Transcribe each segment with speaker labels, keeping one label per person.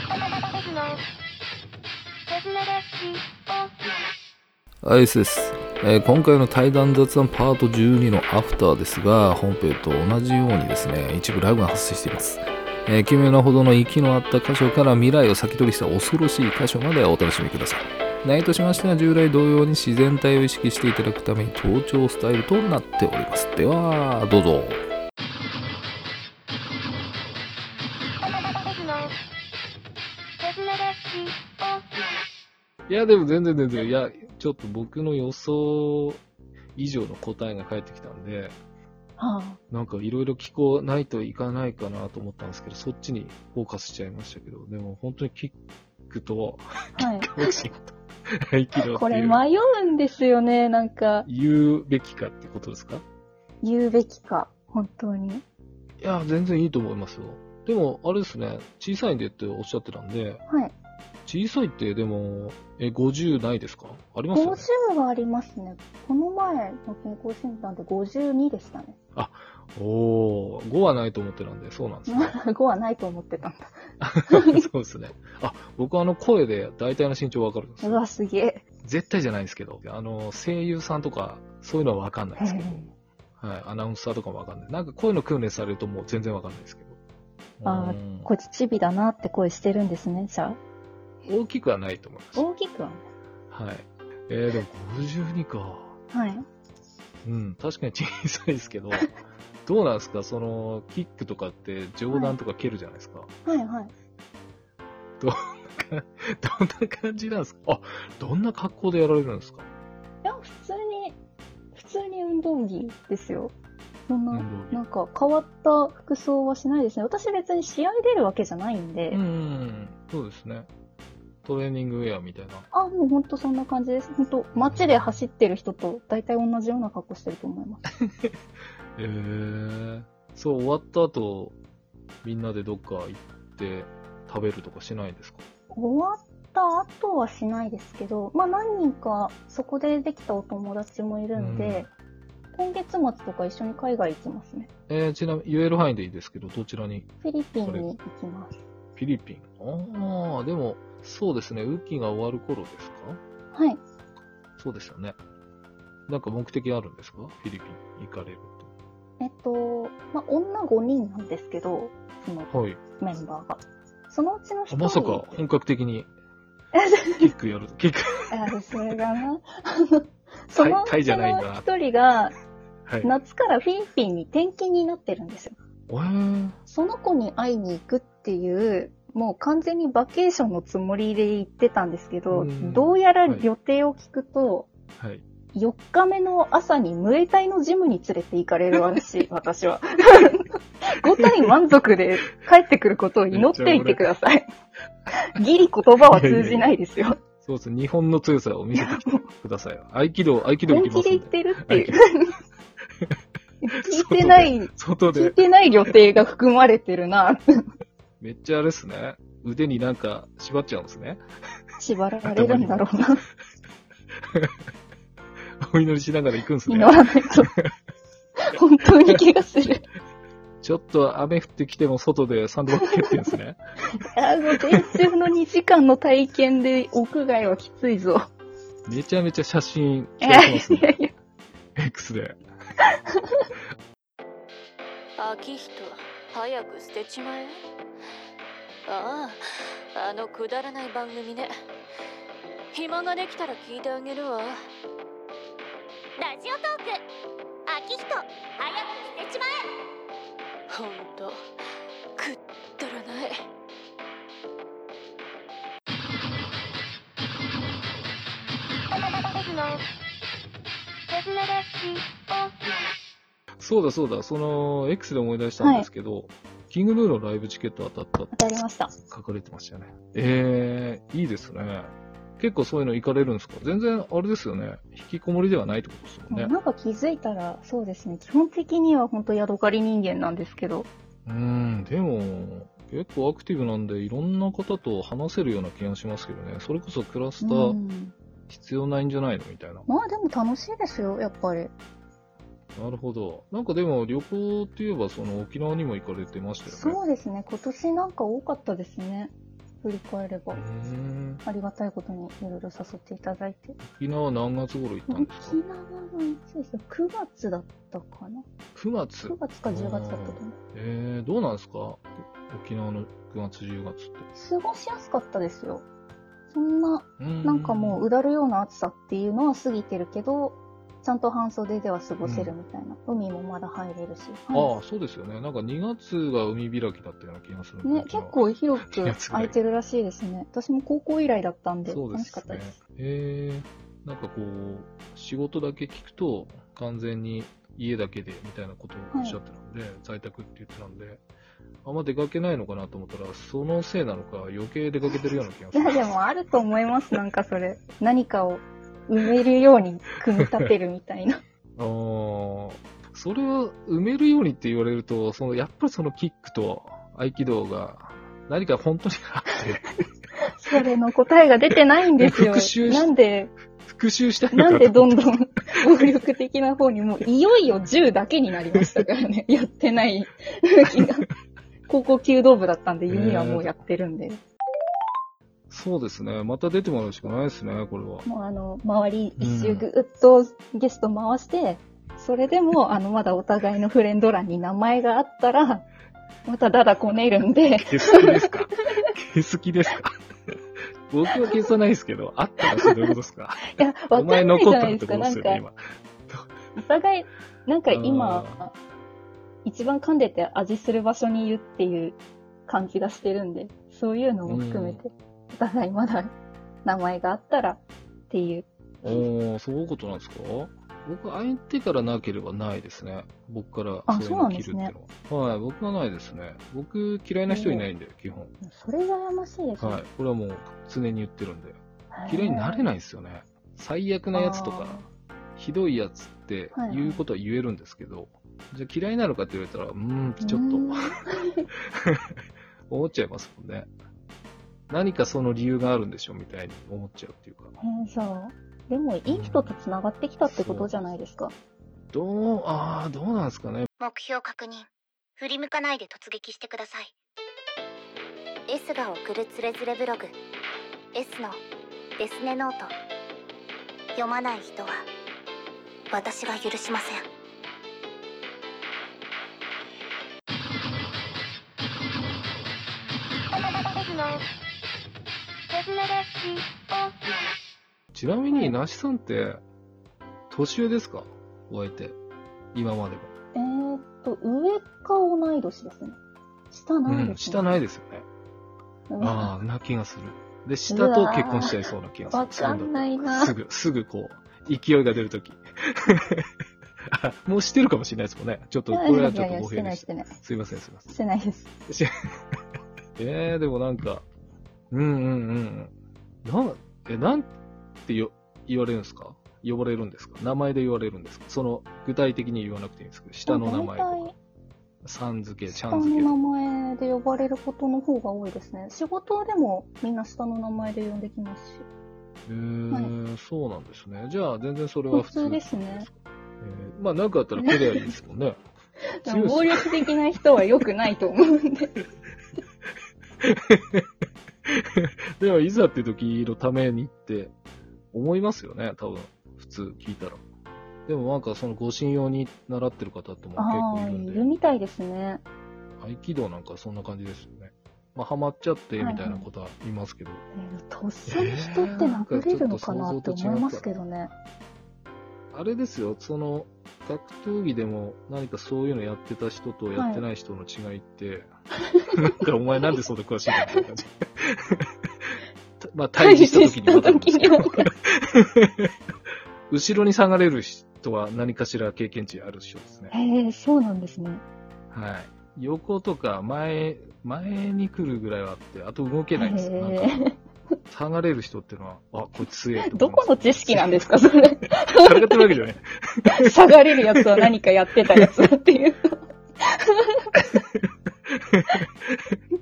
Speaker 1: スの手品ラジオ
Speaker 2: アイスです、えー今回の対談雑談パート12のアフターですが本編と同じようにですね一部ラグが発生しています、えー奇妙なほどの息の合った箇所から未来を先取りした恐ろしい箇所までお楽しみください内容としましては従来同様に自然体を意識していただくために登頂スタイルとなっておりますではどうぞ
Speaker 1: オスの手品ラジ
Speaker 2: いや、でも全然全然、いや、ちょっと僕の予想以上の答えが返ってきたんで、なんかいろいろ聞こないといかないかなと思ったんですけど、そっちにフォーカスしちゃいましたけど、でも本当にキックと、
Speaker 3: オ。はい。
Speaker 2: ボクシングと、合気道っ
Speaker 3: こ
Speaker 2: て
Speaker 3: れ
Speaker 2: いう、
Speaker 3: 迷うんですよね。なんか、
Speaker 2: 言うべきかってことですか
Speaker 3: 言うべきか。本当に。
Speaker 2: いや、全然いいと思いますよ。でも、あれですね、小さいんでっておっしゃってたんで、
Speaker 3: はい。
Speaker 2: 小さいってでも、え、50ないですかありますよね。
Speaker 3: 50はありますね。この前の健康診断で52でしたね。
Speaker 2: おー、5はないと思ってたんで、そうなんで すね。
Speaker 3: 5はないと思ってたんだ。
Speaker 2: そうですね。あ、僕あの声で大体の身長わかるんです
Speaker 3: う
Speaker 2: よ。
Speaker 3: わ、すげえ。
Speaker 2: 絶対じゃないんですけど、あの、声優さんとか、そういうのはわかんないですけど、はい、アナウンサーとかもわかんない。なんか声の訓練されるともう全然わかんないですけど。
Speaker 3: あー
Speaker 2: うん
Speaker 3: こっちチビだなって声してるんですね、じゃあ。
Speaker 2: 大きくはないと思います。
Speaker 3: 大きくは
Speaker 2: はい。えー、でも52か。
Speaker 3: ない。はい。
Speaker 2: うん、確かに小さいですけど、 どうなんですかその、キックとかって上段とか蹴るじゃないですか。
Speaker 3: はいはい。
Speaker 2: どんな感じなんですかあ、どんな格好でやられるんですか
Speaker 3: いや、普通に、普通に運動着ですよ。そんな、
Speaker 2: 運動着
Speaker 3: なんか変わった服装はしないですね。私別に試合出るわけじゃないんで。
Speaker 2: うん、そうですね。トレーニングウェアみたいな。
Speaker 3: あ、もうほんとそんな感じです。ほんと、街で走ってる人と大体同じような格好してると思います。
Speaker 2: えー、そう、終わった後、みんなでどっか行って食べるとかしないんですか
Speaker 3: 終わった後はしないですけど、まあ何人かそこでできたお友達もいるんで、今月末とか一緒に海外行きますね。
Speaker 2: えー、ちなみに言える範囲でいいですけど、どちらに
Speaker 3: フィリピンに行きます。
Speaker 2: フィリピン。ああ、でも、そうですね、雨季が終わる頃ですか
Speaker 3: はい。
Speaker 2: そうですよね。なんか目的あるんですかフィリピン行かれる
Speaker 3: えっと、まあ女5人なんですけど、その
Speaker 2: と。はい。
Speaker 3: メンバーが。そのうちの一人。
Speaker 2: あまさか本格的にキックやる。キック。
Speaker 3: あれ、それが な。そのう
Speaker 2: タイ
Speaker 3: ち
Speaker 2: じゃないん
Speaker 3: の
Speaker 2: だ
Speaker 3: 一人が、
Speaker 2: はい。 え
Speaker 3: 夏からフィリピンに転勤になってるんですよ。
Speaker 2: ー、
Speaker 3: その子に会いに行くっていう、もう完全にバケーションのつもりで行ってたんですけど、
Speaker 2: うん
Speaker 3: どうやら
Speaker 2: はい
Speaker 3: 予定を聞くと、
Speaker 2: はい。
Speaker 3: 4日目の朝にムエタイのジムに連れて行かれる 私、私は。5体満足で帰ってくることを祈っていてください。 ギリ言葉は通じないですよ。
Speaker 2: そうですね、日本の強さを見せてきてください。合気道、合気道行
Speaker 3: 本
Speaker 2: き
Speaker 3: 気
Speaker 2: ます
Speaker 3: で
Speaker 2: ん
Speaker 3: 言っ
Speaker 2: で。
Speaker 3: てるっていう。聞いてない、
Speaker 2: 外
Speaker 3: 聞い
Speaker 2: で、
Speaker 3: てない予定が含まれてるな。
Speaker 2: めっちゃあれですね。腕になんか縛っちゃうんですね。
Speaker 3: 縛られるんだろうな。
Speaker 2: お祈りしながら行くんですね
Speaker 3: 祈。らない と。本当に怪我する。
Speaker 2: ちょっと雨降ってきても外でサンドバッグ蹴ってるんで すね。
Speaker 3: あの、練習の2時間の体験で屋外はきついぞ。
Speaker 2: めちゃめちゃ写真
Speaker 3: い
Speaker 2: 撮
Speaker 3: や
Speaker 2: って
Speaker 3: い
Speaker 2: ますね。
Speaker 3: やいや。
Speaker 2: X で。
Speaker 4: 秋人早く捨てちまえあああのくだらない番組ね暇ができたら聞いてあげるわ
Speaker 1: ラジオトーク秋人早く捨てちま
Speaker 4: ほんとくったらない
Speaker 1: えオスの手品ラジ
Speaker 2: そうだそうだ、その、X で思い出したんですけど、キングヌーのライブチケット当たったっ
Speaker 3: 当たりました。
Speaker 2: て書かれてましたよね。えー、いいですね。結構そういうの行かれるんですか全然、あれですよね。引きこもりではないってことですよね。
Speaker 3: なんか気づいたら、そうですね。基本的には本当ヤドカリ人間なんですけど。
Speaker 2: うーん、でも、結構アクティブなんで、いろんな方と話せるような気がしますけどね。それこそクラスタ
Speaker 3: う
Speaker 2: ー
Speaker 3: ん
Speaker 2: 必要ないんじゃないのみたいな。
Speaker 3: まあでも楽しいですよ、やっぱり。
Speaker 2: なるほど。なんかでも、旅行って言えば、その沖縄にも行かれてましたよね。
Speaker 3: そうですね。今年なんか多かったですね。振り返れば
Speaker 2: う、ん
Speaker 3: ありがたいことにいろいろ誘っていただいて。
Speaker 2: 沖縄何月頃行ったん
Speaker 3: 沖
Speaker 2: ですか
Speaker 3: 縄はいつですか ?9 月だったかな
Speaker 2: ?9 月
Speaker 3: ?9 月か10月だったと思う。
Speaker 2: えー、どうなんですか沖縄の9月10月って
Speaker 3: 過ごしやすかったですよ。そんな、
Speaker 2: うー
Speaker 3: なんかもううだるような暑さっていうのは過ぎてるけど、ちゃんと半袖では過ごせるみたいな。海もまだ入れるし。
Speaker 2: あ
Speaker 3: は
Speaker 2: あそうですよねなんか2月が海開きだったような気がする
Speaker 3: い、ね、結構広く
Speaker 2: やつぐ
Speaker 3: 空
Speaker 2: らい
Speaker 3: いてるらしいですね。私も高校以来だったんで、
Speaker 2: そうで
Speaker 3: 楽しかっ
Speaker 2: す
Speaker 3: た
Speaker 2: ね
Speaker 3: です。
Speaker 2: へえー、なんかこう仕事だけ聞くと完全に家だけでみたいなことをおっしゃってたんで、在宅って言ってたんであんま出かけないのかなと思ったらそのせいなのか余計出かけてるような気が
Speaker 3: い
Speaker 2: する
Speaker 3: や、でもあると思います、なんかそれ。何かを埋めるように組み立てるみたいな。
Speaker 2: あーそれを埋めるようにって言われると、そのやっぱりそのキックと合気道が何か本当にあって、
Speaker 3: それの答えが出てないんですよ
Speaker 2: 復習。し
Speaker 3: なんで、
Speaker 2: 復習したいのか
Speaker 3: なんでどん
Speaker 2: ん。
Speaker 3: どん暴力的な方にもう、いよいよ銃だけになりましたから ね。やってない気が。高校弓道部だったんで、弓はもうやってるんで。
Speaker 2: そうですね。また出てもらうしかないですね、これは。
Speaker 3: もうあの、周り一周ぐっとゲスト回して、それでも、あの、まだお互いのフレンド欄に名前があったら、まただだこねるんで、
Speaker 2: 消す気ですか消す気ですか僕は消さないですけど、あったらそれどういうことですか
Speaker 3: いや、わか
Speaker 2: お
Speaker 3: んな
Speaker 2: 前
Speaker 3: いじゃ
Speaker 2: 残っ
Speaker 3: な
Speaker 2: た
Speaker 3: い
Speaker 2: っ
Speaker 3: で
Speaker 2: て
Speaker 3: す
Speaker 2: こ
Speaker 3: か。
Speaker 2: とで
Speaker 3: な
Speaker 2: す
Speaker 3: ん
Speaker 2: よ
Speaker 3: か
Speaker 2: ね、、今。
Speaker 3: お互い、なんか
Speaker 2: あ
Speaker 3: 今、一番噛んでて味する場所にいるっていう感じがしてるんで、そういうのも含めて、お互いまだ名前があったらっていう。
Speaker 2: おー、そういうことなんですか僕、相手からなければないですね。僕から
Speaker 3: あ
Speaker 2: そういうの切るっていうのは。はい、僕はないですね。僕、嫌いな人いないんで、基本。
Speaker 3: それがやましいですね。
Speaker 2: はい。これはもう、常に言ってるんで。
Speaker 3: へー
Speaker 2: 嫌いになれないんですよね。最悪なやつとか、ひどいやつって
Speaker 3: はいはい
Speaker 2: 言うことは言えるんですけど、じゃあ嫌いなのかって言われたら、うーん、
Speaker 3: あー
Speaker 2: ちょっと
Speaker 3: う、ーん
Speaker 2: 思っちゃいますもんね。何かその理由があるんでしょみたいに思っちゃうっていうか。
Speaker 3: えーじゃあ、でもいい人と繋がってきたってことじゃないですか。
Speaker 2: どう、ああ、どうなんですかね。
Speaker 1: 目標確認振り向かないで突撃してください S が送るつれづれブログ S のデスネノート読まない人は私が許しません
Speaker 2: ちなみに、なしさんって、年上ですかお相手。今までは。
Speaker 3: えーっと、上か同い年ですね。下ないです、ね
Speaker 2: うん、下ないですよね。
Speaker 3: うん
Speaker 2: ああ、な気がする。で、下と結婚しちゃいそうな気がする。
Speaker 3: わかんないな
Speaker 2: すぐ、すぐこう、勢いが出るとき。 あもうしてるかもしれないですもんね。ちょっと、これはちょっと語弊
Speaker 3: いやいやいや
Speaker 2: で
Speaker 3: し
Speaker 2: して
Speaker 3: ない、して
Speaker 2: すいません、すいません
Speaker 3: ない。。してないです。
Speaker 2: えー、でもなんか、うんうんうんうん。なん、え、なんてよ言われるんですか呼ばれるんですか名前で言われるんですかその、具体的に言わなくていいんですけど、下の名前
Speaker 3: 大
Speaker 2: と
Speaker 3: 体
Speaker 2: か、さん付け、ちゃ
Speaker 3: 下
Speaker 2: ん
Speaker 3: の
Speaker 2: 付けと
Speaker 3: 名
Speaker 2: か。
Speaker 3: 前で呼ばれることの方が多いですね。仕事でもみんな下の名前で呼んできますし。
Speaker 2: えーそうなんですね。じゃあ、全然それは普通
Speaker 3: 普通ですね
Speaker 2: えーまあ、なんかあったらこれはいいですもん ね。
Speaker 3: で
Speaker 2: 強い
Speaker 3: も
Speaker 2: っす
Speaker 3: 暴力的な人は良くないと思うん で。
Speaker 2: でも、いざって時のためにって思いますよね、多分。普通聞いたら。でもなんかその護身用に習ってる方っても結
Speaker 3: あ
Speaker 2: 構
Speaker 3: あ、
Speaker 2: いる
Speaker 3: い
Speaker 2: んで
Speaker 3: る。みたいですね。
Speaker 2: 合気道なんかそんな感じですよね。まあ、ハマっちゃってみたいなことは言いますけど。
Speaker 3: えーとっさに人って殴れるのかなって思いますけどね。
Speaker 2: あれですよ、その、格闘技でも何かそういうのやってた人とやってない人の違い って、なんかお前なんでそんな詳しいんだって感じ。まあ、退治した時にわかるんですけ
Speaker 3: 退治した時に
Speaker 2: ど
Speaker 3: わかる
Speaker 2: 後ろに下がれる人は何かしら経験値ある人ですね。
Speaker 3: へえー、そうなんですね。
Speaker 2: はい。横とか前、前に来るぐらいはあって、あと動けないんですよ。なん
Speaker 3: へ
Speaker 2: か、
Speaker 3: え
Speaker 2: 下がれる人っていうのは、あ、こいつ強えと
Speaker 3: ど
Speaker 2: 思い
Speaker 3: こ
Speaker 2: ます
Speaker 3: の知識なんですか、それ。
Speaker 2: 戦ってるわけじゃない。
Speaker 3: 下がれるやつは何かやってたやつだっていう。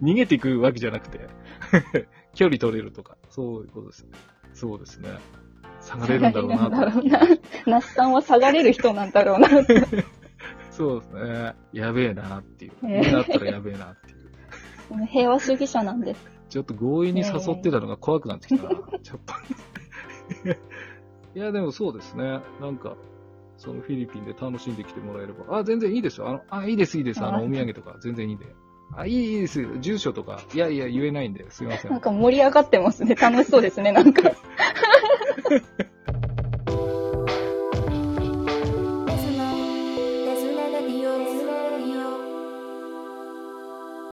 Speaker 2: 逃げていくわけじゃなくて、 距離取れるとか、そういうことですね。そうですね。下がれるんだろうなと
Speaker 3: 下がれるんだろうな。那須さんは下がれる人なんだろうな。
Speaker 2: そうですね。やべえなっていう。
Speaker 3: ええ
Speaker 2: 目があったらやべえなっていう。
Speaker 3: 平和主義者なんで。
Speaker 2: ちょっと強引に誘ってたのが怖くなってきたな、ちょっと。 いや、でもそうですね。なんか、そのフィリピンで楽しんできてもらえれば。あ、全然いいですよ。あの、あ、いいです、いいです。あの、
Speaker 3: はい
Speaker 2: お土産とか、全然いいんで。あ、いい、いいです。住所とか、いやいや、言えないんで、すいません。
Speaker 3: なんか盛り上がってますね。楽しそうですね、なんか。